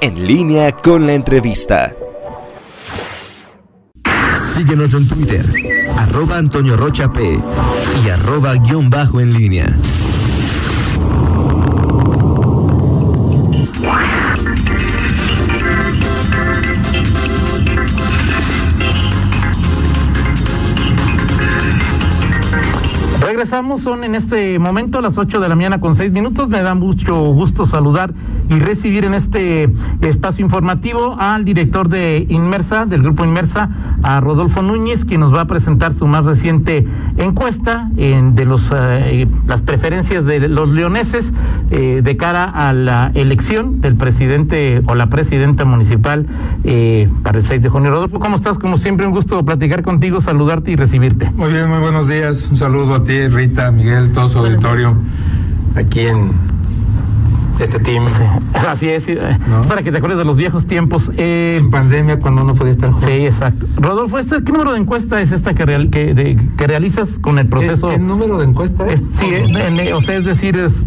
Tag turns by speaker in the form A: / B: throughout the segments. A: En línea con la entrevista.
B: Síguenos en Twitter, arroba Antonio Rocha P y arroba guión bajo en línea.
C: Regresamos, son en este momento las 8 de la mañana con 6 minutos. Me da mucho gusto saludar y recibir en este espacio informativo al director de Inmersa, del grupo Inmersa, a Rodolfo Núñez, quien nos va a presentar su más reciente encuesta en, de los, eh, las preferencias de los leoneses eh, de cara a la elección del presidente o la presidenta municipal eh, para el 6 de junio. Rodolfo, ¿cómo estás? Como siempre, un gusto platicar contigo, saludarte y recibirte.
D: Muy bien, muy buenos días. Un saludo a ti. Rita, Miguel, todo su auditorio aquí en este team.
C: Sí, Así es, sí, eh,
D: ¿No?
C: para que te acuerdes de los viejos tiempos. Eh,
D: En pandemia, cuando uno podía estar
C: sí,
D: juntos.
C: exacto. Rodolfo, ¿este, ¿qué número de encuesta es esta que, real- que, de- que realizas con el
D: ¿Qué,
C: proceso?
D: qué número de encuesta
C: Es-
D: es?
C: sí, eh, en- en- o sea, es decir, es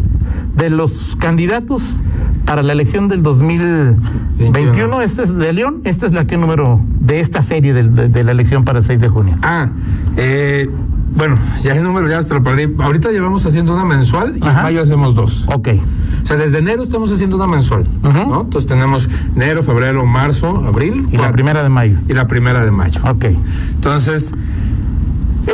C: de los candidatos para la elección del 2021,
D: 21.
C: esta este es de León, esta es la que número de esta serie del- de, de la elección para el 6 de junio.
D: Ah, eh, bueno, ya el número ya se lo perdí. Ahorita llevamos haciendo una mensual y
C: Ajá.
D: en mayo hacemos dos.
C: Ok,
D: O sea, desde enero estamos haciendo una mensual,
C: Ujú.
D: ¿no? Entonces tenemos enero, febrero, marzo, abril
C: y la
D: cuatro,
C: primera de mayo.
D: y la primera de mayo.
C: Ok,
D: Entonces,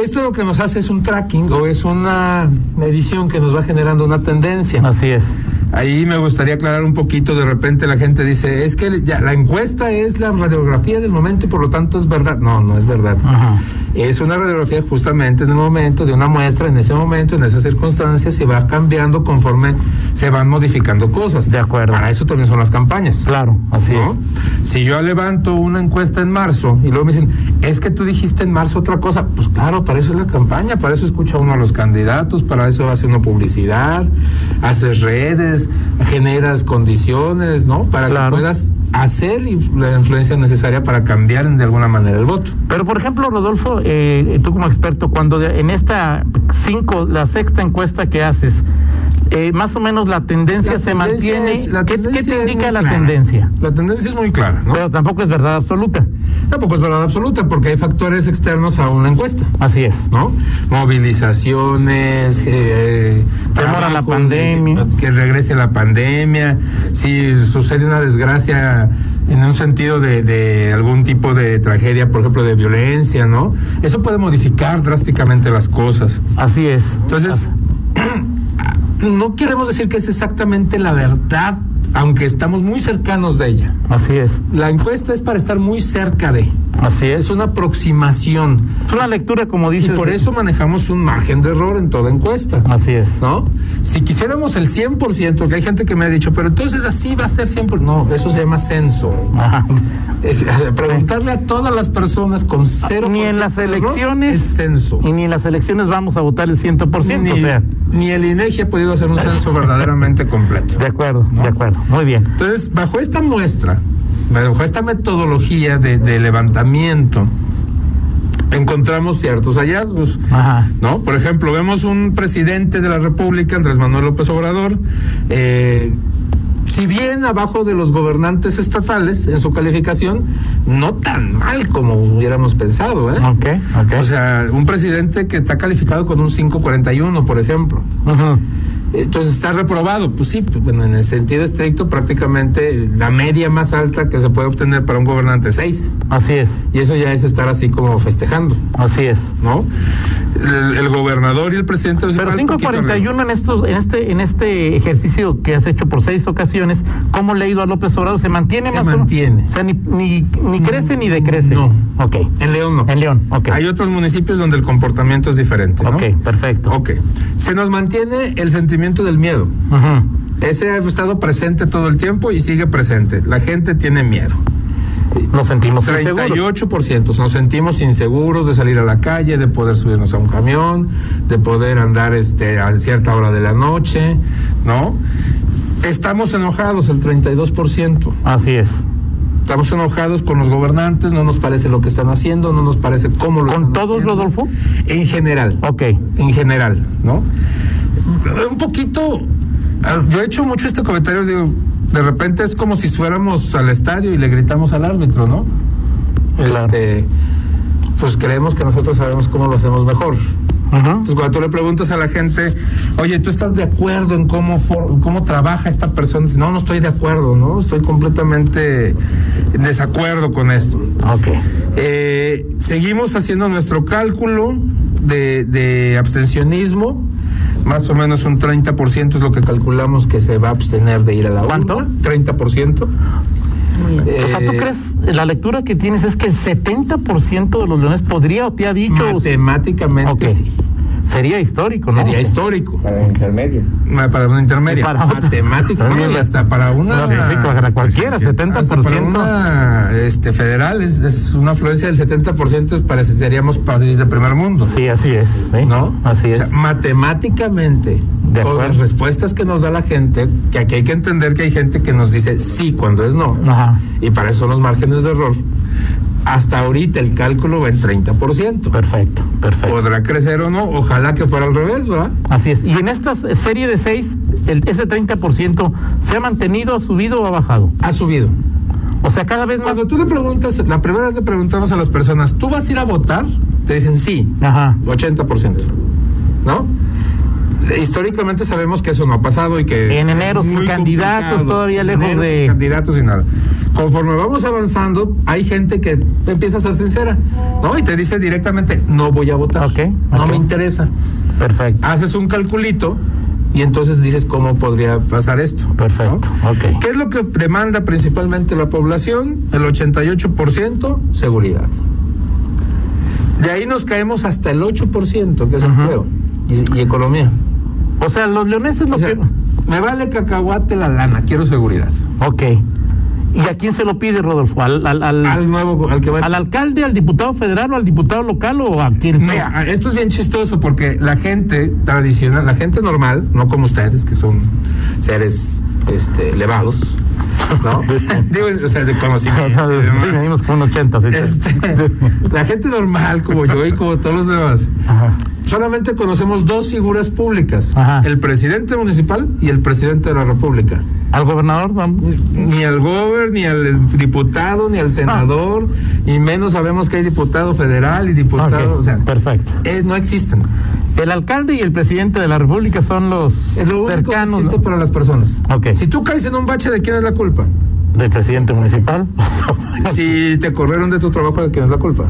D: esto lo que nos hace es un tracking o es una medición que nos va generando una tendencia.
C: así es.
D: Ahí me gustaría aclarar un poquito, de repente la gente dice, es que ya, la encuesta es la radiografía del momento y por lo tanto es verdad. No, no es verdad.
C: Ajá.
D: Es una radiografía justamente en el momento, de una muestra en ese momento, en esas circunstancias, y va cambiando conforme se van modificando cosas.
C: De acuerdo.
D: Para eso también son las campañas.
C: Claro, así
D: ¿no?
C: es.
D: Si yo levanto una encuesta en marzo y luego me dicen, es que tú dijiste en marzo otra cosa, pues claro, para eso es la campaña, para eso escucha uno a los candidatos, para eso hace uno publicidad, haces redes, generas condiciones, ¿no? Para
C: Claro.
D: que puedas hacer inf- la influencia necesaria para cambiar en- de alguna manera el voto.
C: Pero por ejemplo, Rodolfo, eh, tú como experto, cuando de- en esta cinco, la sexta encuesta que haces, eh, más o menos la tendencia
D: La
C: se
D: tendencia
C: mantiene.
D: es- la
C: ¿Qué, qué
D: tendencia
C: te
D: es
C: indica
D: muy
C: la
D: clara.
C: tendencia?
D: La tendencia es muy clara, ¿no?
C: Pero tampoco es verdad absoluta.
D: Tampoco es verdad absoluta porque hay factores externos a una encuesta.
C: Así es.
D: ¿no? Movilizaciones, eh,
C: Temor a la
D: trabajos,
C: pandemia.
D: Que, regrese la pandemia, si sucede una desgracia en un sentido de, de algún tipo de tragedia, por ejemplo, de violencia, ¿no? Eso puede modificar drásticamente las cosas.
C: Así es.
D: Entonces, no queremos decir que es exactamente la verdad, aunque estamos muy cercanos de ella.
C: Así es.
D: La encuesta es para estar muy cerca de.
C: Así es.
D: Es una aproximación.
C: Es una lectura, como
D: Y
C: dices.
D: por eso manejamos un margen de error en toda encuesta.
C: Así es.
D: ¿no? Si quisiéramos el 100%, que hay gente que me ha dicho, pero entonces así va a ser 100%. No, eso se llama censo.
C: Ajá.
D: Es- Preguntarle a todas las personas con cero.
C: Ni en las
D: de error
C: elecciones.
D: Es censo.
C: Y ni en las elecciones vamos a votar el 100%.
D: Ni,
C: O sea,
D: ni el INEGI ha podido hacer un censo verdaderamente completo.
C: de acuerdo, de acuerdo. Muy bien.
D: Entonces, bajo esta muestra, bajo esta metodología de, de levantamiento, encontramos ciertos hallazgos.
C: Ajá.
D: ¿no? Por ejemplo, vemos un presidente de la República, Andrés Manuel López Obrador, eh, si bien abajo de los gobernantes estatales en su calificación, no tan mal como hubiéramos pensado, ¿eh?
C: Ok, ok.
D: O sea, un presidente que está calificado con un 541, por ejemplo.
C: Ujú.
D: Entonces está reprobado, pues sí, pues, bueno, en el sentido estricto prácticamente la media más alta que se puede obtener para un gobernante es 6.
C: Así es.
D: Y eso ya es estar así como festejando.
C: Así es.
D: ¿no? El, el gobernador y el presidente
C: Pero
D: municipal, poquito
C: 541 en estos, en este, en este ejercicio que has hecho por seis ocasiones, ¿cómo le ha ido a López Obrador? ¿Se mantiene
D: Se
C: más o menos?
D: mantiene.
C: O sea, ni, ni, ni crece ni decrece.
D: No.
C: Ok.
D: arriba. En León no.
C: En León, ok.
D: Hay otros municipios donde el comportamiento es diferente, ¿no?
C: Ok, perfecto.
D: Ok. Se nos mantiene el sentimiento del miedo.
C: Ujú.
D: Ese ha estado presente todo el tiempo y sigue presente. La gente tiene miedo.
C: Nos sentimos inseguros.
D: 38%. Nos sentimos inseguros de salir a la calle, de poder subirnos a un camión, de poder andar este, a cierta hora de la noche, ¿no? Estamos enojados, el 32%.
C: Así es.
D: Estamos enojados con los gobernantes, no nos parece lo que están haciendo, no nos parece cómo lo
C: ¿Con
D: están
C: todos,
D: haciendo.
C: Rodolfo?
D: En general,
C: Ok.
D: en general, ¿no? Un poquito, ah, yo he hecho mucho este comentario, digo, de repente es como si fuéramos al estadio y le gritamos al árbitro, ¿no?
C: Claro.
D: Este, pues creemos que nosotros sabemos cómo lo hacemos mejor. Entonces, Pues, cuando tú le preguntas a la gente, oye, ¿tú estás de acuerdo en cómo, for- cómo trabaja esta persona? Dice, no, no estoy de acuerdo, ¿no? Estoy completamente en desacuerdo con esto.
C: Ok.
D: Eh, seguimos haciendo nuestro cálculo de, de abstencionismo. Más o menos un 30% es lo que calculamos que se va a abstener de ir a la urna.
C: ¿Cuánto?
D: 30%.
C: o sea, ¿tú
D: Eh,
C: crees, la lectura que tienes es que el 70% de los leones podría o te ha dicho...
D: Matemáticamente
C: Ok.
D: sí.
C: Sería histórico, ¿no?
D: Sería histórico.
E: para la intermedia.
D: Ma- Para una intermedia.
C: Y para otra.
D: Matemática.
C: Intermedia.
D: no, y hasta para una.
C: Sí, sí, para cualquiera,
D: hasta
C: 70%.
D: para una este, federal es, es una afluencia del 70%, es para, seríamos países de primer mundo.
C: Sí, así es. ¿sí?
D: ¿No?
C: Así
D: O
C: es.
D: sea, matemáticamente,
C: De
D: con
C: acuerdo.
D: las respuestas que nos da la gente, que aquí hay que entender que hay gente que nos dice sí cuando es no.
C: Ajá.
D: Y para eso son los márgenes de error. Hasta ahorita el cálculo va en 30%.
C: Perfecto, perfecto.
D: Podrá crecer o no, ojalá que fuera al revés, ¿verdad?
C: Así es. Y en esta serie de seis, el, ese 30% se ha mantenido, subido o ha bajado.
D: Ha subido.
C: O sea, cada vez más.
D: Cuando tú le preguntas, la primera vez le preguntamos a las personas, ¿tú vas a ir a votar? Te dicen sí,
C: Ajá.
D: 80%. ¿No? Históricamente sabemos que eso no ha pasado y que.
C: En enero
D: es
C: sin
D: muy
C: candidatos,
D: complicado.
C: todavía
D: En
C: lejos
D: enero sin
C: de-
D: candidatos y nada. Conforme vamos avanzando, hay gente que te empieza a ser sincera, ¿no? Y te dice directamente, no voy a votar.
C: Ok,
D: No
C: ok.
D: me interesa.
C: Perfecto.
D: Haces un calculito y entonces dices, ¿cómo podría pasar esto?
C: Perfecto.
D: ¿no?
C: Ok.
D: ¿Qué es lo que demanda principalmente la población? El 88% seguridad. De ahí nos caemos hasta el 8%, que es empleo y, y economía.
C: O sea, los leoneses lo
D: O sea,
C: que.
D: me vale cacahuate la lana, quiero seguridad.
C: Ok. ¿Y a quién se lo pide, Rodolfo? ¿Al, al, al,
D: Al nuevo, al que va.
C: al alcalde, al diputado federal o al diputado local o a quien
D: No,
C: sea?
D: a- esto es bien chistoso porque la gente tradicional, la gente normal, no como ustedes, que son seres este, elevados, ¿no? Digo, o sea, de conocimiento. y demás.
C: Sí, venimos con un 80. sí, sí.
D: Este, la gente normal, como yo y como todos los demás,
C: Ajá.
D: solamente conocemos dos figuras públicas:
C: Ajá.
D: el presidente municipal y el presidente de la República.
C: Al gobernador, vamos.
D: Ni al gobernador, ni al diputado,
C: Ah.
D: ni al senador, y menos sabemos que hay diputado federal y diputado.
C: Ok,
D: O sea,
C: perfecto.
D: eh, no existen.
C: El alcalde y el presidente de la República son los
D: Es lo único
C: cercanos.
D: que existe
C: ¿no?
D: para las personas.
C: Ok.
D: Si tú caes en un bache, ¿de quién es la culpa?
C: Del presidente municipal.
D: si te corrieron de tu trabajo, ¿de quién es la culpa?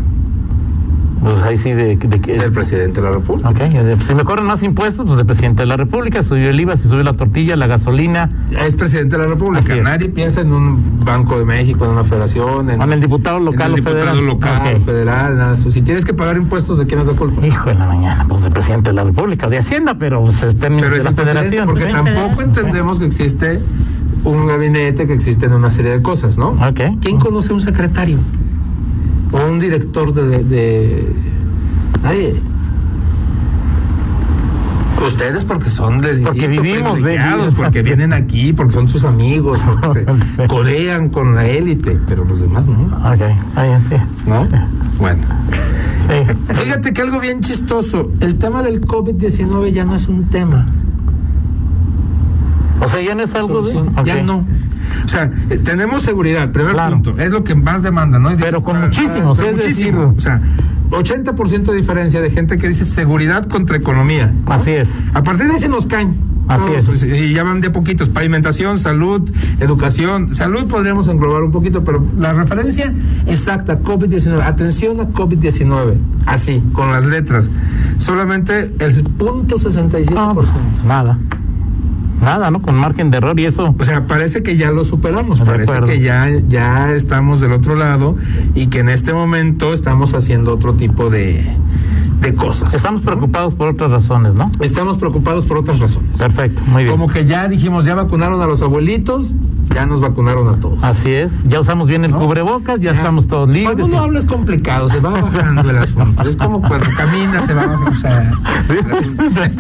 C: pues ahí sí, de, de, que-
D: Del presidente de la República.
C: Ok, eh, si me cobran más impuestos, pues el presidente de la República subió el IVA, si subió la tortilla, la gasolina,
D: Es presidente de la República.
C: Así es.
D: Nadie piensa en un Banco de México, en una federación, en,
C: con el diputado
D: en
C: local.
D: el
C: o
D: diputado
C: federal. Ah,
D: local,
C: Ok.
D: federal. nada de eso. Si tienes que pagar impuestos, ¿de quién es la culpa?
C: Hijo de la mañana, pues el presidente de la República, de Hacienda, pero pues es término
D: Pero
C: de
D: es
C: la
D: el presidente,
C: federación.
D: porque
C: ¿sí?
D: tampoco entendemos que existe un gabinete, que existen una serie de cosas, ¿no?
C: Ok.
D: ¿Quién conoce un secretario? O un director de... de- de- Nadie. Ustedes porque son, les
C: Porque
D: insisto,
C: vivimos de-
D: privilegiados, porque vienen aquí, porque son sus amigos, porque se codean con la élite, pero los demás no,
C: Ok, ahí sí,
D: ¿no? Bueno.
C: sí.
D: Fíjate que algo bien chistoso, el tema del COVID-19 ya no es un tema.
C: O sea, ya no es algo de...
D: solución.
C: ok.
D: Ya no. O sea, eh, tenemos seguridad, primer
C: Claro.
D: punto. Es lo que más demanda, ¿no? Y
C: Pero con
D: para-
C: muchísimo,
D: para-
C: o sea, es
D: muchísimo.
C: decir-
D: O sea, 80% de diferencia de gente que dice seguridad contra economía.
C: Así es.
D: A partir de ahí se nos caen.
C: Así
D: Todos, y- Y ya van de a poquitos. Pavimentación, salud, educación. Salud podríamos englobar un poquito, pero la referencia exacta, COVID-19. Atención a COVID-19. Así, con las letras. Solamente el punto 67%.
C: No, pues, nada. Nada, ¿no? Con margen de error y eso...
D: O sea, parece que ya lo superamos,
C: De
D: parece
C: acuerdo.
D: que ya, ya estamos del otro lado y que en este momento estamos haciendo otro tipo de, de cosas.
C: Estamos preocupados por otras razones, ¿no?
D: Estamos preocupados por otras razones.
C: Perfecto, muy bien.
D: Como que ya dijimos, ya vacunaron a los abuelitos, ya nos vacunaron a todos.
C: Así es, ya usamos bien el cubrebocas, ya, estamos todos libres.
D: Cuando uno
C: y-
D: habla es complicado, se va bajando el asunto. Es como cuando camina, se va bajando. O sea, no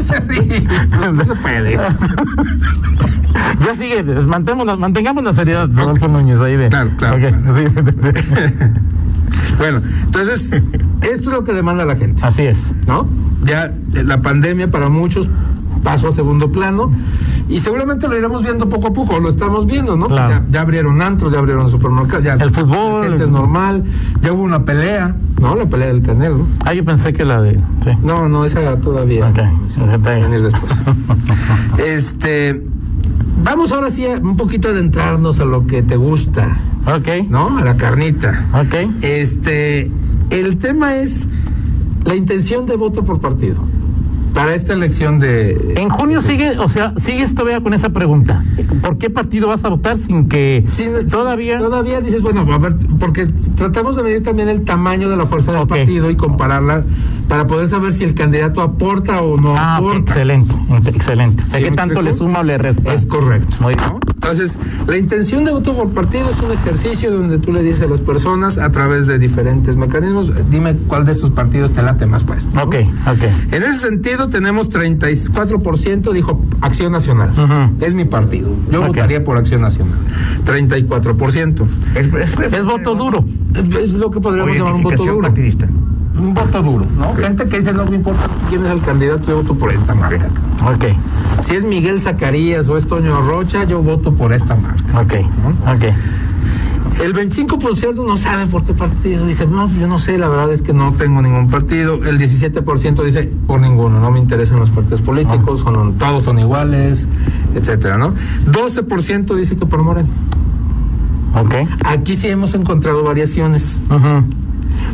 D: se puede.
C: Ya sigue, mantengamos la, mantengamos la seriedad, Rodolfo Núñez, ahí de...
D: Claro, claro,
C: Ok,
D: claro.
C: sí, de- de-
D: Bueno, entonces, esto es lo que demanda la gente.
C: Así es.
D: ¿no? Ya eh, la pandemia para muchos pasó a segundo plano. Y seguramente lo iremos viendo poco a poco, lo estamos viendo, ¿no?
C: Claro.
D: Ya, ya abrieron antros, ya abrieron supermercados, ya
C: El fútbol.
D: la gente es normal, ya hubo una pelea, ¿no? La pelea del Canelo.
C: Ah, yo pensé que la de. sí.
D: No, no, esa todavía.
C: Ok,
D: no, esa va a
C: ok.
D: venir después. este, vamos ahora sí a un poquito adentrarnos a lo que te gusta,
C: Ok.
D: ¿no? A la carnita.
C: Ok.
D: Este, el tema es la intención de voto por partido para esta elección de
C: En junio sigue, o sea, sigues todavía con esa pregunta. ¿Por qué partido vas a votar sin que
D: Sin-
C: todavía?
D: Todavía dices, bueno, a ver, porque tratamos de medir también el tamaño de la fuerza del
C: Ok.
D: partido y compararla para poder saber si el candidato aporta o no
C: Ah, ok,
D: aporta.
C: excelente, ent- excelente. O sea,
D: ¿Sí
C: ¿Qué
D: me
C: tanto le
D: explico?
C: suma o le resta?
D: Es correcto.
C: Muy bien.
D: ¿no? Entonces, la intención de voto por partido es un ejercicio donde tú le dices a las personas a través de diferentes mecanismos, dime cuál de estos partidos te late más para esto. ¿no?
C: Ok, ok.
D: En ese sentido, tenemos 34% dijo Acción Nacional.
C: Ujú.
D: Es mi partido. Yo
C: Ok.
D: votaría por Acción Nacional. 34%.
E: Es, es-
C: Es voto duro.
D: Es lo que
E: o
D: podríamos llamar un voto
E: identificación
D: duro.
E: partidista.
D: Un voto duro, ¿no? Gente que dice, no me importa quién es el candidato, yo voto por esta marca.
C: Ok,
D: Si es Miguel Zacarías o es Toño Rocha, yo voto por esta marca.
C: ok, ok.
D: El 25% no sabe por qué partido. Dice, no, yo no sé, la verdad es que no tengo ningún partido. El 17% dice, por ninguno, no me interesan los partidos políticos, son, todos son iguales, etcétera, ¿no? 12% dice que por Moreno.
C: Ok.
D: Aquí sí hemos encontrado variaciones.
C: Ujú,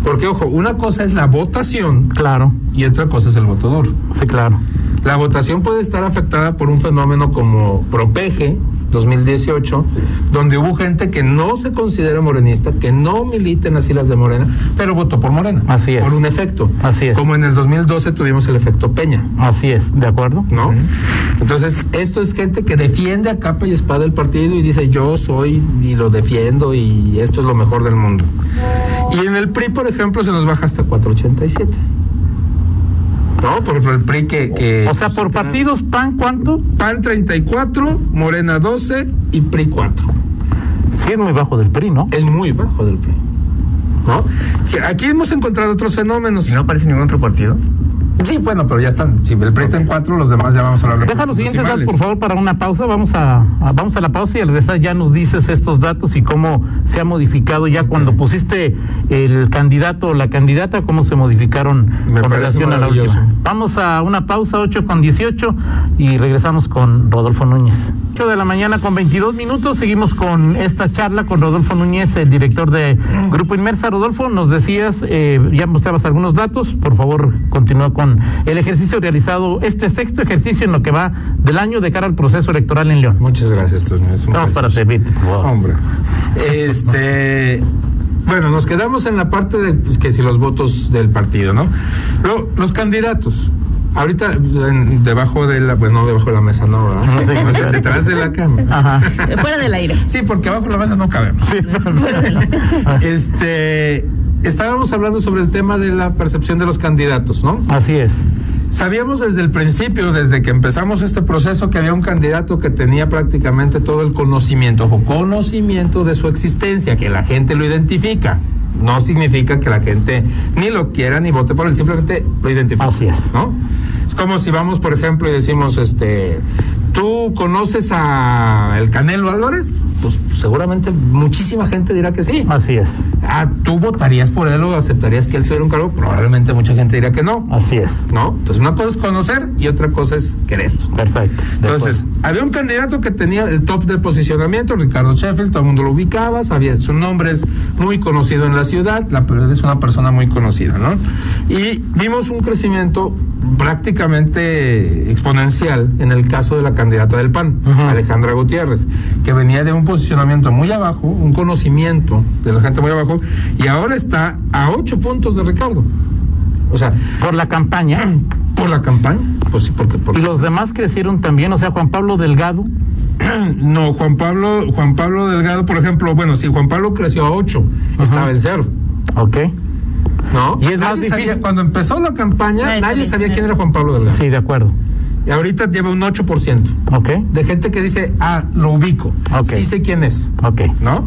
D: Porque, ojo, una cosa es la votación
C: Claro,
D: y otra cosa es el voto duro.
C: sí, claro.
D: La votación puede estar afectada por un fenómeno como Propeje 2018, donde hubo gente que no se considera morenista, que no milita en las filas de Morena, pero votó por Morena.
C: Así es.
D: Por un efecto.
C: Así es.
D: Como en el 2012 tuvimos el efecto Peña,
C: Así es, ¿de acuerdo?
D: ¿no? Entonces, esto es gente que defiende a capa y espada el partido y dice, yo soy y lo defiendo y esto es lo mejor del mundo. Y en el PRI, por ejemplo, se nos baja hasta 487. No, por ejemplo, el PRI que... que pues,
C: O sea, por partidos, ¿pan cuánto?
D: PAN 34, Morena 12 y PRI 4.
C: Sí, es muy bajo del PRI, ¿no?
D: Es muy bajo del PRI. ¿No? Sí, Aquí hemos encontrado otros fenómenos.
E: Y no aparece ningún otro partido.
D: Sí, bueno, pero ya están. Si el PRI está en 4, los demás ya vamos a hablar de
C: Deja los
D: puntos
C: siguientes datos,
D: decimales.
C: por favor, para una pausa. Vamos a, a- vamos a la pausa y al regresar ya nos dices estos datos y cómo se ha modificado ya cuando pusiste el candidato o la candidata, cómo se modificaron
D: Me
C: con
D: parece
C: relación a la
D: maravilloso.
C: última. Vamos a una pausa, 8 con 18, y regresamos con Rodolfo Núñez. 8 de la mañana con 22 minutos, seguimos con esta charla con Rodolfo Núñez, el director de Grupo Inmersa. Rodolfo, nos decías, eh, ya mostrabas algunos datos, por favor, continúa con el ejercicio realizado, este sexto ejercicio en lo que va del año de cara al proceso electoral en León.
D: Muchas gracias, Toño. Es un
C: Vamos
D: placer.
C: para servirte, por favor.
D: Hombre. Este. Bueno, nos quedamos en la parte de pues, que si los votos del partido, ¿no? Luego, los candidatos. Ahorita, en- debajo de la. Bueno, no debajo de la mesa, no, ¿verdad?
C: No, sí,
D: Más
C: claro.
D: bien detrás de la cama.
C: Ajá.
F: Eh, Fuera del aire.
D: Sí, porque abajo de la mesa no cabemos. Este, estábamos hablando sobre el tema de la percepción de los candidatos, ¿no?
C: Así es.
D: Sabíamos desde el principio, desde que empezamos este proceso, que había un candidato que tenía prácticamente todo el conocimiento, o conocimiento de su existencia, que la gente lo identifica. No significa que la gente ni lo quiera ni vote por él, simplemente lo identifica.
C: Así es.
D: ¿no? Es como si vamos, por ejemplo, y decimos, este, ¿tú conoces a el Canelo Álvarez? Pues seguramente muchísima gente dirá que sí.
C: Así es.
D: Ah, ¿tú votarías por él o aceptarías que él tuviera un cargo? Probablemente mucha gente dirá que no.
C: Así es.
D: ¿no? Entonces, una cosa es conocer y otra cosa es querer.
C: Perfecto. De
D: Entonces, había un candidato que tenía el top de posicionamiento, Ricardo Sheffield, todo el mundo lo ubicaba, sabía, su nombre es muy conocido en la ciudad, la, es una persona muy conocida, ¿no? Y vimos un crecimiento prácticamente exponencial en el caso de la candidata del PAN,
C: Ujú.
D: Alejandra Gutiérrez, que venía de un posicionamiento muy abajo, un conocimiento de la gente muy abajo, y ahora está a ocho puntos de Ricardo. O sea,
C: acuerdo. Por la campaña.
D: por la campaña, pues sí, porque,
C: Y
D: porque
C: los demás crecieron también, o sea, Juan Pablo Delgado.
D: no Juan Pablo, Juan Pablo Delgado, por ejemplo, bueno, si Juan Pablo creció a 8, estaba en cero,
C: Ok.
D: ¿no?
C: Y es más
D: Nadie sabía-
C: difícil.
D: cuando empezó la campaña,
F: Nadie
D: nadie
F: sabía
D: sabía
F: quién
D: quién era Juan Pablo Delgado.
C: Sí, de acuerdo.
D: Y ahorita lleva un 8%.
C: Ok.
D: De gente que dice, ah, lo ubico.
C: Ok.
D: Sí sé quién es.
C: Ok.
D: ¿No?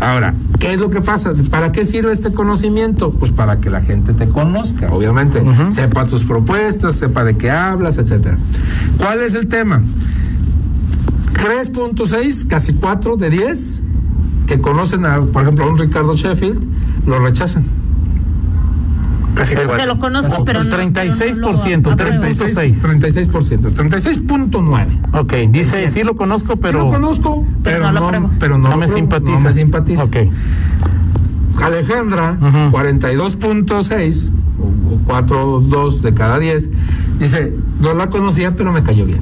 D: Ahora, ¿qué es lo que pasa? ¿Para qué sirve este conocimiento? Pues para que la gente te conozca, obviamente. Sepa tus propuestas, sepa de qué hablas, etcétera. ¿Cuál es el tema? 3.6, casi 4 de 10 que conocen a, por ejemplo, a un Ricardo Sheffield, lo rechazan.
C: Casi
E: O sea, lo conozco, pero no. pero no lo
C: 36%,
E: apruebo.
D: 36, 36%, 36.9.
C: Ok, dice, sí lo conozco, pero
D: sí lo conozco, pero,
E: no lo
D: no,
E: apruebo.
D: pero no,
C: no
D: lo
C: me
D: apruebo,
C: simpatiza.
D: No me simpatiza.
C: Ok,
D: Alejandra,
C: Ujú.
D: 42.6, o 4, 2 de cada 10, dice, no la conocía, pero me cayó bien.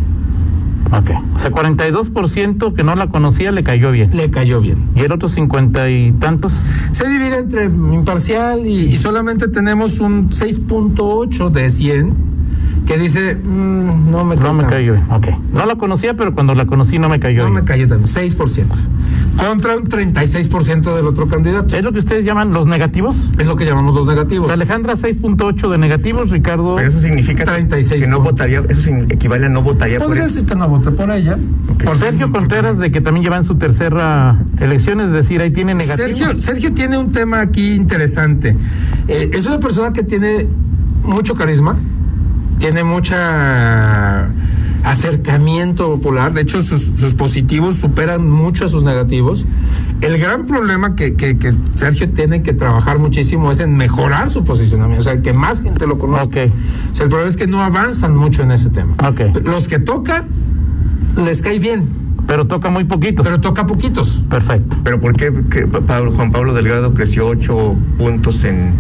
C: ok. O sea, 42% que no la conocía le cayó bien.
D: Le cayó bien.
C: Y el otro 50 y tantos.
D: Se divide entre imparcial y, y solamente tenemos un 6.8 de 100 que dice, mm, no me
C: No me
D: toca.
C: cayó bien. Ok. No la conocía, pero cuando la conocí no me cayó
D: No me
C: bien.
D: cayó también, 6%. Contra un 36% del otro candidato.
C: ¿Es lo que ustedes llaman los negativos?
D: Es lo que llamamos los
C: O
D: negativos.
C: sea, Alejandra 6.8 de negativos, Ricardo.
D: Pues
F: Pero eso significa
D: 36
F: que no
D: por-
F: votaría, eso sin- equivale a no votaría por
D: Podría
F: él.
D: decir que no voté por ella.
C: Por Sergio Contreras, de que también llevan su tercera elección, es decir, ahí tiene negativo.
D: Sergio, Sergio tiene un tema aquí interesante. Eh, es una persona que tiene mucho carisma, tiene mucha acercamiento popular. De hecho, sus, sus positivos superan mucho a sus negativos. El gran problema que, que- que Sergio tiene que trabajar muchísimo es en mejorar su posicionamiento, o sea, que más gente lo conozca.
C: Ok.
D: O sea, el problema es que no avanzan mucho en ese tema.
C: Ok.
D: Los que toca, les cae bien,
C: Pero toca muy poquito.
D: pero toca poquitos.
C: Perfecto.
F: Pero ¿por qué que Pa- Pablo- Juan Pablo Delgado creció ocho puntos en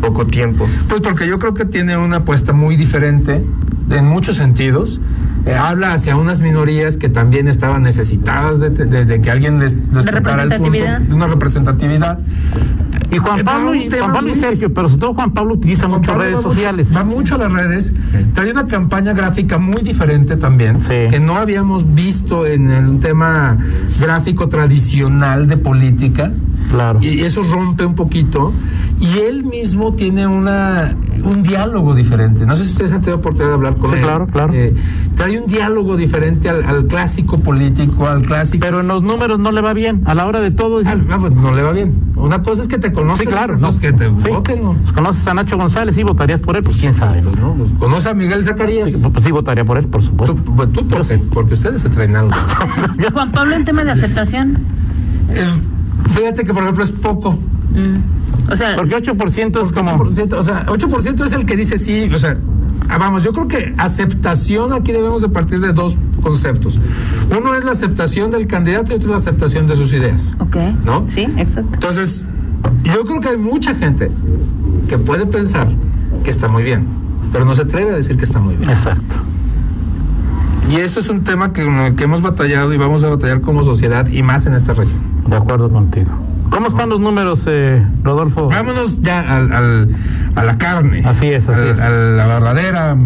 F: poco tiempo?
D: Pues porque yo creo que tiene una apuesta muy diferente en muchos sentidos. Eh, habla hacia unas minorías que también estaban necesitadas de, de- de que alguien les, les
E: De
D: tocara el punto,
E: representatividad.
D: de una representatividad.
C: Y Juan
D: Eh,
C: Pablo y,
D: un tema
C: Juan Pablo y
D: muy-
C: Sergio, pero sobre todo Juan Pablo utiliza
D: Juan
C: mucho
D: Pablo
C: redes
D: va mucho-
C: sociales.
D: va mucho a las redes. Trae una campaña gráfica muy diferente también,
C: Sí.
D: que no habíamos visto en el tema gráfico tradicional de política.
C: Claro.
D: Y eso rompe un poquito. Y él mismo tiene una un diálogo diferente. No sé si ustedes han tenido oportunidad de hablar con
C: Sí,
D: él.
C: claro, claro.
D: Eh, trae un diálogo diferente al, al clásico político, al clásico.
C: Pero en los números no le va bien. A la hora de todo,
D: Ah,
C: dices,
D: ah, pues, no le va bien. Una cosa es que te conozcan.
C: sí, claro.
D: otra
C: No.
D: cosa es que te
C: Sí.
D: voten, ¿no?
C: Pues conoces a Nacho González y votarías por él, pues quién sabe. ¿no?
D: Pues, ¿no? Pues, conoce a Miguel Zacarías.
C: Sí, pues sí votaría por él, por supuesto.
D: Tú, pues, tú porque, porque ustedes se traen algo.
E: Juan Pablo en tema de aceptación.
D: Eh, Fíjate que, por ejemplo, es poco.
E: Mm. O sea,
D: Pues,
C: Porque 8% es como...
D: 8%, o sea, 8% es el que dice sí. O sea, ah, vamos, yo creo que aceptación aquí debemos de partir de dos conceptos. Uno es la aceptación del candidato y otro es la aceptación de sus ideas.
E: ok.
D: ¿No?
E: Sí, exacto.
D: Entonces, yo creo que hay mucha gente que puede pensar que está muy bien, pero no se atreve a decir que está muy bien.
C: Exacto.
D: Y eso es un tema que, con el que hemos batallado y vamos a batallar como sociedad y más en esta región.
C: De acuerdo contigo. ¿Cómo están los números, eh, Rodolfo?
D: Vámonos ya al, al- a la carne.
C: Así es, así
D: Al-
C: es.
D: A la verdadera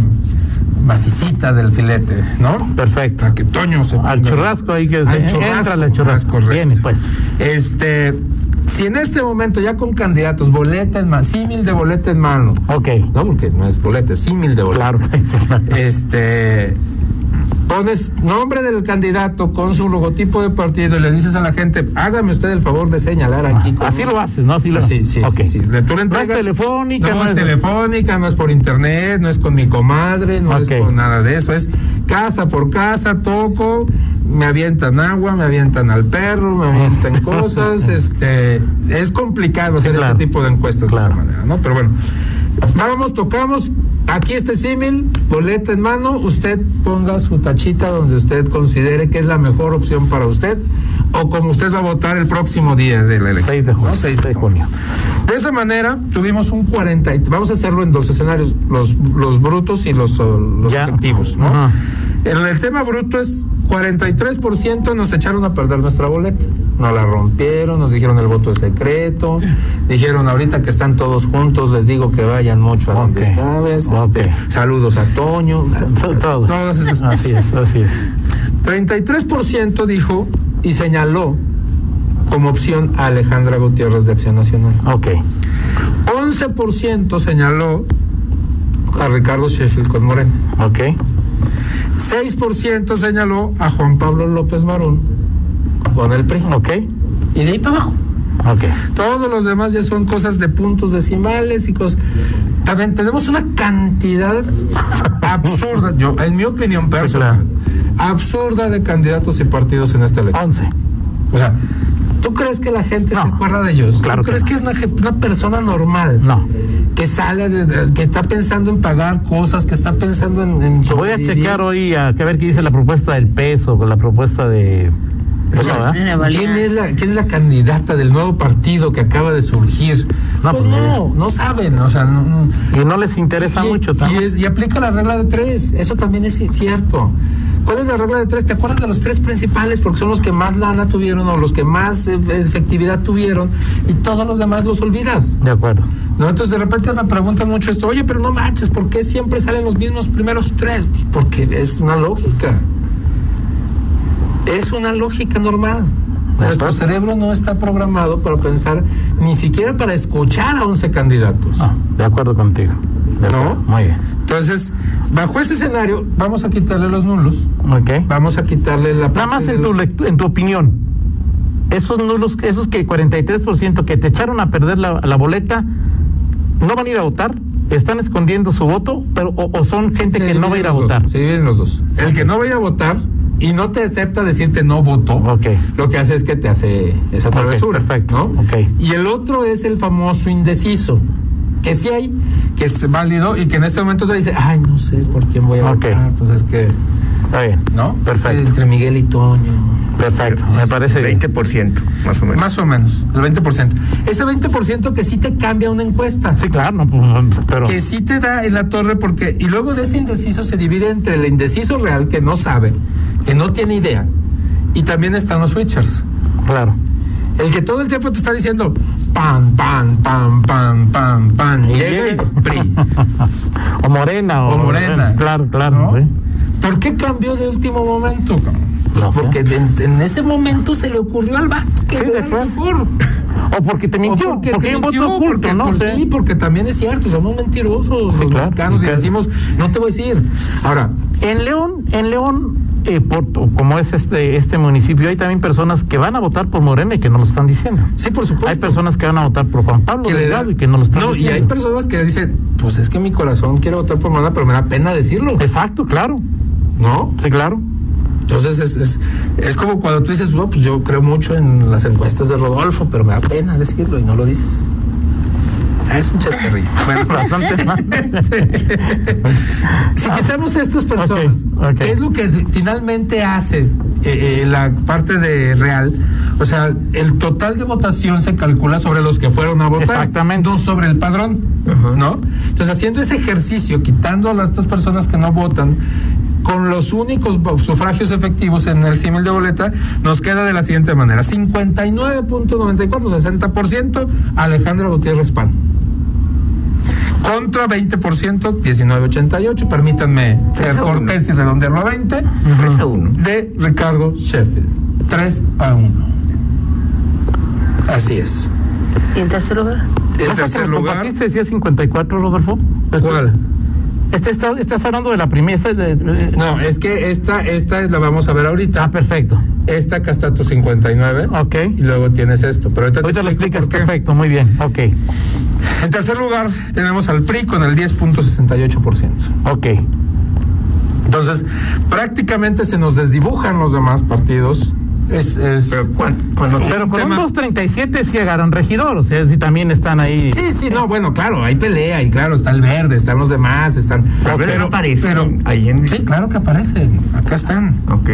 D: masicita del filete, ¿no?
C: Perfecto.
D: A que Toño se
C: Al
D: ponga-
C: churrasco ahí que...
D: Al
C: eh,
D: churrasco,
C: Éntrale al churrasco.
D: correcto.
C: Viene, pues.
D: Este, si en este momento ya con candidatos, boleta en mano, símil de boleta en mano,
C: Ok.
D: no porque no es boleta, es símil de boleta.
C: Claro.
D: Este, pones nombre del candidato con su logotipo de partido y le dices a la gente, hágame usted el favor de señalar aquí. con-
C: Así lo haces, ¿no? Así lo
D: Sí, sí,
C: Ok.
D: sí, sí. Le- tú le
C: No es
D: entregas-
C: telefónica,
D: no,
C: no
D: es,
C: es-
D: telefónica, no es por internet, no es con mi comadre, no
C: Ok.
D: es con nada de eso. Es casa por casa, toco, me avientan agua, me avientan al perro, me avientan cosas. Este, es complicado hacer
C: claro.
D: este tipo de encuestas de
C: Claro.
D: esa manera, ¿no? Pero bueno, vamos, tocamos. Aquí este símil, boleta en mano, usted ponga su tachita donde usted considere que es la mejor opción para usted o como usted va a votar el próximo día de la elección.
C: 6 de junio.
D: ¿no? Seis
C: 6 de junio.
D: de esa manera tuvimos un 40, y- vamos a hacerlo en dos escenarios, los, los brutos y los, oh, los
C: Ya.
D: efectivos, ¿no?
C: Ajá.
D: En el tema bruto es 43% nos echaron a perder nuestra boleta. Nos la rompieron, nos dijeron el voto es secreto, dijeron ahorita que están todos juntos, les digo que vayan mucho a donde
C: Ok.
D: sabes, este,
C: Ok.
D: saludos a Toño,
C: To- Todo.
D: todas esas
C: Así
D: cosas.
C: es, así es.
D: 33% dijo y señaló como opción a Alejandra Gutiérrez de Acción Nacional.
C: Ok.
D: 11% señaló a Ricardo Sheffield con Moreno.
C: Ok.
D: 6% señaló a Juan Pablo López Marón con el PRI.
C: Ok,
D: Y de ahí para abajo.
C: ok.
D: Todos los demás ya son cosas de puntos decimales y cosas. También tenemos una cantidad absurda, yo, en mi opinión personal, absurda de candidatos y partidos en esta elección.
C: 11.
D: O sea, ¿tú crees que la gente se
C: No.
D: acuerda de ellos?
C: Claro
D: ¿Tú
C: que
D: crees
C: no.
D: que, es una, je- una persona normal?
C: No.
D: Que sale, desde- que está pensando en pagar cosas, que está pensando en. en
C: Voy a
D: sobrevivir.
C: checar hoy a, que ver qué dice la propuesta del peso, con la propuesta de.
D: O sea,
C: No, ¿verdad?
E: Le valía.
D: ¿quién, es la, ¿Quién es la candidata del nuevo partido que acaba de surgir?
C: No, pues,
D: pues no, no saben. O sea, no- no,
C: Y no les interesa
D: y,
C: mucho
D: y,
C: también.
D: es- y aplica la regla de tres. Eso también es cierto. ¿Cuál es la regla de tres? ¿Te acuerdas de los tres principales? Porque son los que más lana tuvieron o los que más eh, efectividad tuvieron y todos los demás los olvidas.
C: De acuerdo.
D: ¿no? Entonces de repente me preguntan mucho esto. Oye, pero no manches, ¿por qué siempre salen los mismos primeros tres? Pues porque es una lógica. Es una lógica normal. Nuestro cerebro no está programado para pensar ni siquiera para escuchar a 11 candidatos.
C: Ah, de acuerdo contigo. De
D: No.
C: acuerdo. Muy bien.
D: Entonces, bajo ese escenario, vamos a quitarle los nulos,
C: Ok.
D: vamos a quitarle la...
C: Nada
D: parte
C: más
D: de
C: en tu,
D: los-
C: lectu- en tu opinión, esos nulos, esos que 43% que te echaron a perder la, la boleta, ¿no van a ir a votar? ¿Están escondiendo su voto? Pero, o, o son gente
D: Se
C: que no va a ir a
D: dividen los dos,
C: votar?
D: Se dividen los dos. El que no va a ir a votar y no te acepta decirte no votó,
C: Ok.
D: lo que hace es que te hace esa
C: Ok,
D: travesura.
C: perfecto,
D: ¿no?
C: ok.
D: Y el otro es el famoso indeciso, que sí hay, que es válido y que en este momento te dice, ay, no sé por quién voy a
C: Ok.
D: votar, pues es que...
C: Está bien.
D: ¿No? Es que
C: Perfecto.
D: Entre Miguel y Toño.
C: Perfecto. Me parece bien.
F: 20%, más o menos.
D: Más o menos, el 20%. Ese 20% que sí te cambia una encuesta.
C: Sí, claro, no, pues, pero.
D: Que sí te da en la torre porque... Y luego de ese indeciso se divide entre el indeciso real que no sabe, que no tiene idea. Y también están los switchers.
C: Claro.
D: El que todo el tiempo te está diciendo pan, pan, pan, pan, pan, pan.
C: Y
D: llega
C: llega.
D: el PRI.
C: O Morena.
D: O Morena.
C: Claro, claro.
D: ¿No?
C: sí.
D: ¿Por qué cambió de último momento? cabrón? Pues
C: No sé.
D: porque en, en ese momento se le ocurrió al vato que
C: Sí, de
D: era lo
C: acuerdo.
D: mejor.
C: O porque te mintió.
D: O
C: Porque,
D: te
C: hay un
D: mintió,
C: voto oculto,
D: porque,
C: ¿no?
D: por-
C: Sí.
D: sí, porque también es cierto, somos mentirosos los
C: claro.
D: mexicanos y
C: Claro.
D: decimos, no te voy a decir. Ahora,
C: En León, en León, eh, por- como es este, este municipio, hay también personas que van a votar por Morena y que no lo están diciendo.
D: sí, por supuesto.
C: Hay personas que van a votar por Juan Pablo
D: que le da-
C: Delgado y que no lo están
D: No, y
C: diciendo.
D: hay personas que dicen, pues es que mi corazón quiere votar por Morena, pero me da pena decirlo,
C: Exacto, claro.
D: ¿no?
C: Sí, claro.
D: Entonces es, es, es como cuando tú dices, no, pues yo creo mucho en las encuestas de Rodolfo, pero me da pena decirlo y no lo dices. Ah, Es un chascarrillo. Bueno,
C: Bastante mal.
D: Este, Si quitamos a estas personas,
C: Ok, ok.
D: ¿qué es lo que finalmente hace eh, eh, la parte de real? O sea, el total de votación se calcula sobre los que fueron a votar,
C: Exactamente.
D: no sobre el padrón, ¿no? Entonces, haciendo ese ejercicio, quitando a las- estas personas que no votan, con los únicos vo- sufragios efectivos en el símil de boleta, nos queda de la siguiente manera: 59.94, 60%, Alejandra Gutiérrez Pan contra 20%, 19.88, permítanme ser
F: a uno.
D: cortés y redondearlo a 20,
F: 3 a 1.
D: de Ricardo Sheffield. 3 a 1. Así es.
E: Y en tercer lugar.
D: En
C: ¿Esa que
D: tercer
C: me
D: lugar,
C: compartiste decía 54, Rodolfo? Este-
D: ¿cuál?
C: Este está, estás hablando de la primera. esta de- de-
D: No, es que esta, esta es la vamos a ver
C: Ah,
D: ahorita.
C: perfecto.
D: Esta acá está tu 59.
C: Ok.
D: Y luego tienes esto. Pero ahorita, te
C: Ah. Ahorita lo
D: explico
C: explicas.
D: por qué.
C: Perfecto, muy bien. Ok.
D: En tercer lugar, tenemos al PRI con el 10.68%.
C: Ok.
D: Entonces, prácticamente se nos desdibujan los demás partidos. Es, es...
F: Pero cuan- cuando,
C: Pero con
D: tema-
C: un 237 sí llegaron regidor. O sea, sí también están ahí.
D: Sí, sí, no, bueno, claro, hay pelea y claro, está el verde, están los demás, están...
F: Pero no aparecen ahí en-
D: Sí, claro que aparecen, acá están.
F: Ok.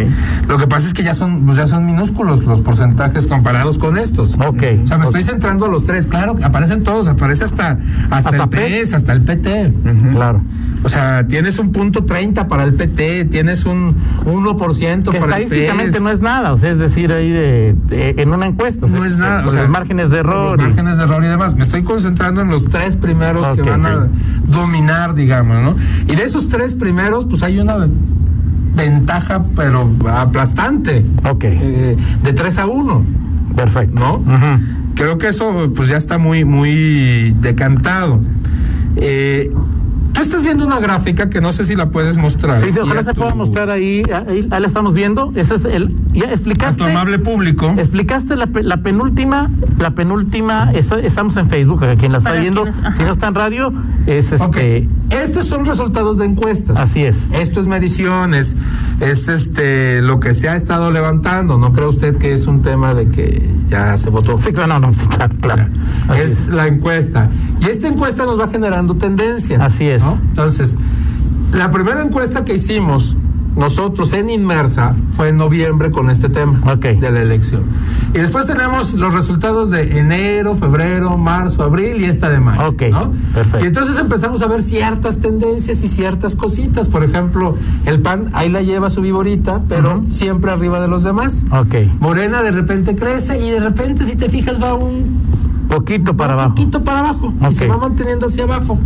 D: Lo que pasa es que ya son, pues ya son minúsculos los porcentajes comparados con estos.
C: Ok.
D: O sea, me estoy centrando a los tres, claro, que aparecen todos, aparece hasta, hasta,
C: Hasta
D: el
C: P.
D: PS, hasta el PT.
C: Claro.
D: O sea, tienes un punto 30 para el PT, tienes un 1%
C: Que
D: para el
C: estadísticamente
D: PS.
C: no es nada, o sea, es decir, ahí de, de- en una encuesta. o sea,
D: No es
C: Este,
D: nada.
C: con
D: o sea,
C: los márgenes de
D: con los
C: error. y-
D: márgenes de error y demás. Me estoy concentrando en los tres primeros
C: Ok,
D: que van
C: ok.
D: a dominar, digamos, ¿no? Y de esos tres primeros, pues hay una ventaja, pero aplastante.
C: Ok.
D: Eh, de 3 a 1,
C: Perfecto.
D: ¿no?
C: Ujú.
D: Creo que eso, pues ya está muy, muy decantado. Eh, Tú estás viendo una gráfica que no sé si la puedes mostrar.
C: Sí, sí, ojalá
D: y a
C: se pueda
D: tu-
C: mostrar ahí, ahí, ahí la estamos viendo. Ese es el, ya
D: A
C: explicaste.
D: tu amable público.
C: Este, Explicaste la, pe- la penúltima, la penúltima, es- estamos en Facebook, a quien la está
E: Para
C: viendo,
E: quienes- ajá.
C: si no está en radio, es este,
D: Ok, Estos son resultados de encuestas.
C: Así es.
D: Esto es mediciones, es este lo que se ha estado levantando. No cree usted que es un tema de que ya se votó.
C: sí, claro, no, no, sí, claro, claro. Así
D: es la encuesta. Y esta encuesta nos va generando tendencia.
C: Así es.
D: ¿no? Entonces, la primera encuesta que hicimos nosotros en Inmersa fue en noviembre con este tema
C: Ok.
D: de la elección. Y después tenemos los resultados de enero, febrero, marzo, abril y esta de mayo.
C: Ok,
D: ¿no?
C: perfecto.
D: Y entonces empezamos a ver ciertas tendencias y ciertas cositas. Por ejemplo, el PAN ahí la lleva su viborita, pero
C: Ujú.
D: siempre arriba de los demás.
C: Ok,
D: Morena de repente crece y de repente, si te fijas, va un
C: poquito para
D: un
C: abajo.
D: poquito para abajo
C: Ok.
D: y se va manteniendo hacia abajo,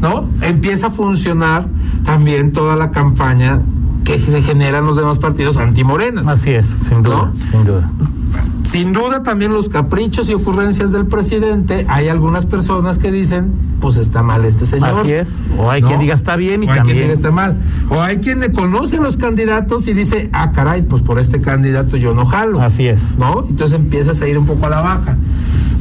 D: ¿no? Empieza a funcionar también toda la campaña que se genera en los demás partidos antimorenas.
C: Así es, sin duda,
D: ¿No?
C: sin duda.
D: Sin duda también los caprichos y ocurrencias del presidente, hay algunas personas que dicen, pues está mal este señor.
C: Así es. O hay quien diga está bien y
D: o hay
C: también.
D: quien diga está mal. O hay quien le conoce a los candidatos y dice, ah, caray, pues por este candidato yo no jalo.
C: Así es.
D: ¿no? Entonces empiezas a ir un poco a la baja.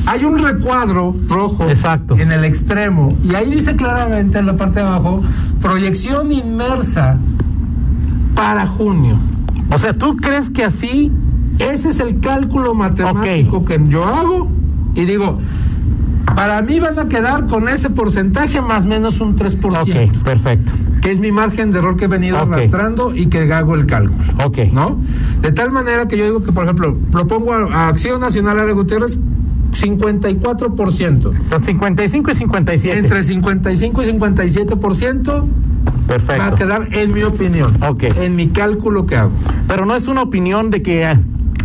D: Hay un recuadro rojo
C: Exacto.
D: en el extremo y ahí dice claramente en la parte de abajo proyección inmersa para junio.
C: O sea, ¿tú crees que así?
D: Ese es el cálculo matemático que yo hago y digo, para mí van a quedar con ese porcentaje más menos un 3%,
C: Ok, perfecto.
D: que es mi margen de error que he venido
C: Ok.
D: arrastrando y que hago el cálculo.
C: Ok.
D: ¿no? De tal manera que yo digo que, por ejemplo, propongo a, a Acción Nacional Ale Gutiérrez 54%.
C: Son 55 y 57.
D: Entre 55 y 57% va a
C: perfecto.
D: quedar en mi opinión.
C: Ok.
D: En mi cálculo que hago.
C: Pero no es una opinión de que. eh,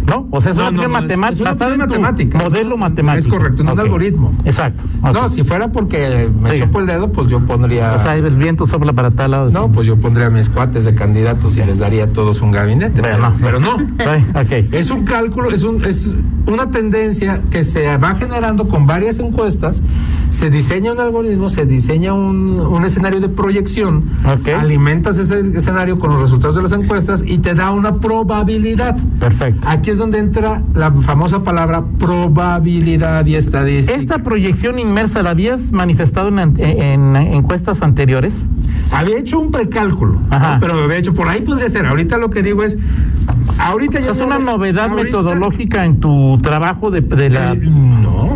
C: ¿No? O sea, es una
D: No, no,
C: opinión
D: no, es-
C: matemática.
D: es una
C: basada
D: opinión
C: en tu
D: matemática.
C: Modelo matemático.
D: Es correcto, no un
C: Ok.
D: algoritmo.
C: Exacto. ok.
D: No, si fuera porque me
C: Sí.
D: chocó el dedo, pues yo pondría.
C: O sea, el viento sopla para tal lado.
D: no, pues yo pondría a mis cuates de candidatos y les daría a todos un gabinete.
C: Pero
D: Pero,
C: no.
D: pero no.
C: Ay, Ok.
D: Es un cálculo, es, un, es una tendencia que se va generando con varias encuestas. Se diseña un algoritmo, se diseña un, un escenario de proyección,
C: Ok.
D: alimentas ese escenario con los resultados de las encuestas y te da una probabilidad.
C: Perfecto.
D: Aquí es donde entra la famosa palabra probabilidad y estadística.
C: Esta proyección inmersa la habías manifestado en, en- en encuestas anteriores.
D: Había hecho un precálculo,
C: Ajá.
D: ¿no? pero lo había hecho por ahí podría ser. Ahorita lo que digo es, ahorita
C: O sea,
D: yo
C: es
D: no-
C: una novedad
D: ahorita-
C: metodológica en tu trabajo de, de la.
D: Eh, no.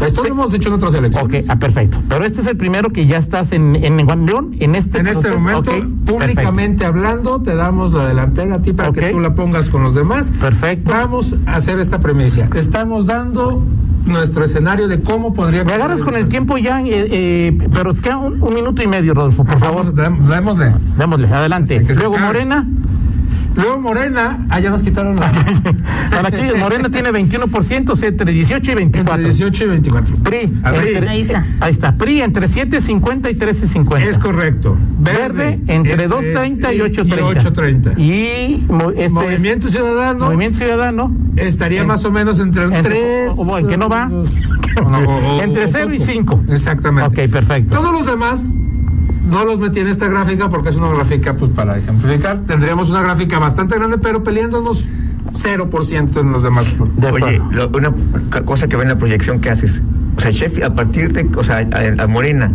D: Esto lo hemos hecho en otras
C: Ok,
D: elecciones.
C: ah, perfecto. Pero este es el primero que ya estás en, en Juan León, en este
D: En este
C: proceso.
D: momento,
C: Ok,
D: públicamente hablando, te damos la delantera a ti para
C: Ok.
D: que tú la pongas con los demás.
C: Perfecto.
D: Vamos a hacer esta premisa. Estamos dando nuestro escenario de cómo podría.
C: perfecto. Me agarras con el tiempo ya, eh, eh, pero te queda un, un minuto y medio, Rodolfo, por
D: Por
C: favor.
D: favor, dam- démosle.
C: Démosle, adelante.
D: Hasta que se
C: Luego
D: acabe.
C: Morena.
D: Luego Morena, ah, ya nos quitaron la.
C: Para que Morena tiene 21%, o sea, entre 18 y 24.
D: entre 18 y 24.
C: PRI.
D: A PRI.
C: entre-
E: Ahí está.
C: Ahí está. PRI entre 7.50 y 13.50.
D: Es correcto.
C: Verde entre 2.30 y 8.30.
D: 8.30.
C: Y mo- este es-
D: Movimiento Ciudadano
C: Movimiento Ciudadano.
D: estaría
C: en-
D: más o menos entre un
C: entre-
D: 3.
C: o- o el que no va. Entre cero y cinco.
D: Oh, Exactamente.
C: Ok, perfecto.
D: Todos los demás no los metí en esta gráfica porque es una gráfica, pues para ejemplificar, tendríamos una gráfica bastante grande, pero peleándonos 0% en los demás.
C: De
F: Oye,
C: acuerdo.
F: lo- una ca- cosa que va en la proyección que haces. O sea, Sheffield, a partir de, o sea, a, a Morena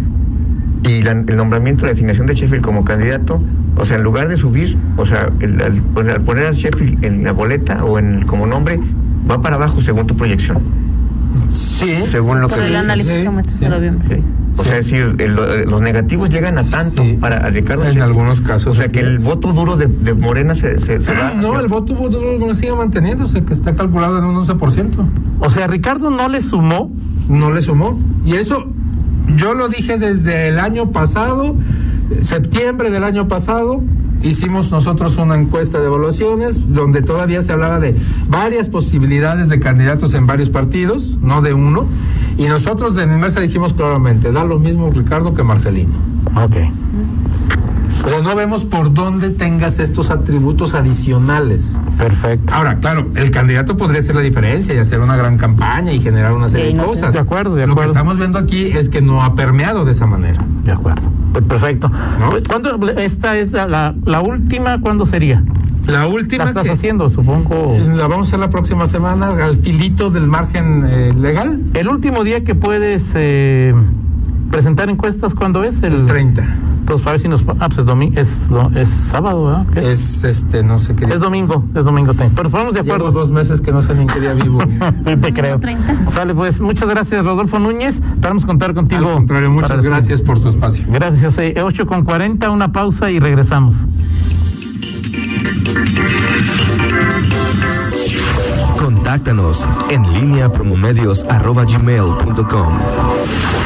F: y la- el nombramiento, la designación de Sheffield como candidato, o sea, en lugar de subir, o sea, el- al pon- al poner a Sheffield en la boleta o en el- como nombre, va para abajo según tu proyección.
D: Sí.
F: Según lo que
E: Por el
F: dices.
E: análisis
D: Sí,
E: que metiste
D: sí.
E: en noviembre.
F: Sí. O sea, es decir, el- lo- eh, los negativos llegan a tanto
D: Sí.
F: para a Ricardo.
D: En
F: Sheffield.
D: algunos casos,
F: O sea,
D: así
F: que el
D: es. Ah,
F: voto duro de, de Morena se, se, se va.
D: No,
F: hacia-
D: el voto, voto duro sigue manteniéndose, que está calculado en un 11%.
C: O sea, Ricardo no le sumó.
D: no le sumó. Y eso yo lo dije desde el año pasado, septiembre del año pasado. Hicimos nosotros una encuesta de evaluaciones donde todavía se hablaba de varias posibilidades de candidatos en varios partidos, no de uno. Y nosotros en Inversa dijimos claramente, da lo mismo Ricardo que Marcelino.
C: Ok.
D: O sea, no vemos por dónde tengas estos atributos adicionales.
C: Perfecto.
D: Ahora, claro, el candidato podría hacer la diferencia y hacer una gran campaña y generar una serie
E: Sí,
D: de
E: no,
D: cosas.
C: de acuerdo, de
D: Lo
C: acuerdo.
D: que estamos viendo aquí es que no ha permeado de esa manera.
C: De acuerdo. Pues perfecto.
D: ¿No?
C: Pues, ¿Cuándo, esta es la, la, la última, ¿cuándo sería?
D: La última
C: ¿La estás
D: que-
C: haciendo, supongo?
D: la vamos a hacer la próxima semana al filito del margen eh, legal,
C: El último día que puedes eh, presentar encuestas, ¿cuándo es?
D: el 30.
C: Entonces, a ver si nos. Ah, pues es, domi- es, do- es sábado, ¿verdad? ¿Qué? Es,
D: Es este, no sé qué día.
C: domingo, es domingo. te- Pero nos ponemos de
D: Llevo
C: acuerdo.
D: dos meses que no sé ni en qué día vivo.
C: Sí, te creo.
E: 30.
C: Sale, pues muchas gracias, Rodolfo Núñez. Esperamos contar
D: Al
C: contigo.
D: contrario,
C: para
D: muchas
C: el-
D: gracias por su espacio.
C: Gracias, José. 8 con 40, una pausa y regresamos.
B: Contáctanos en línea promomedios arroba gmail punto com.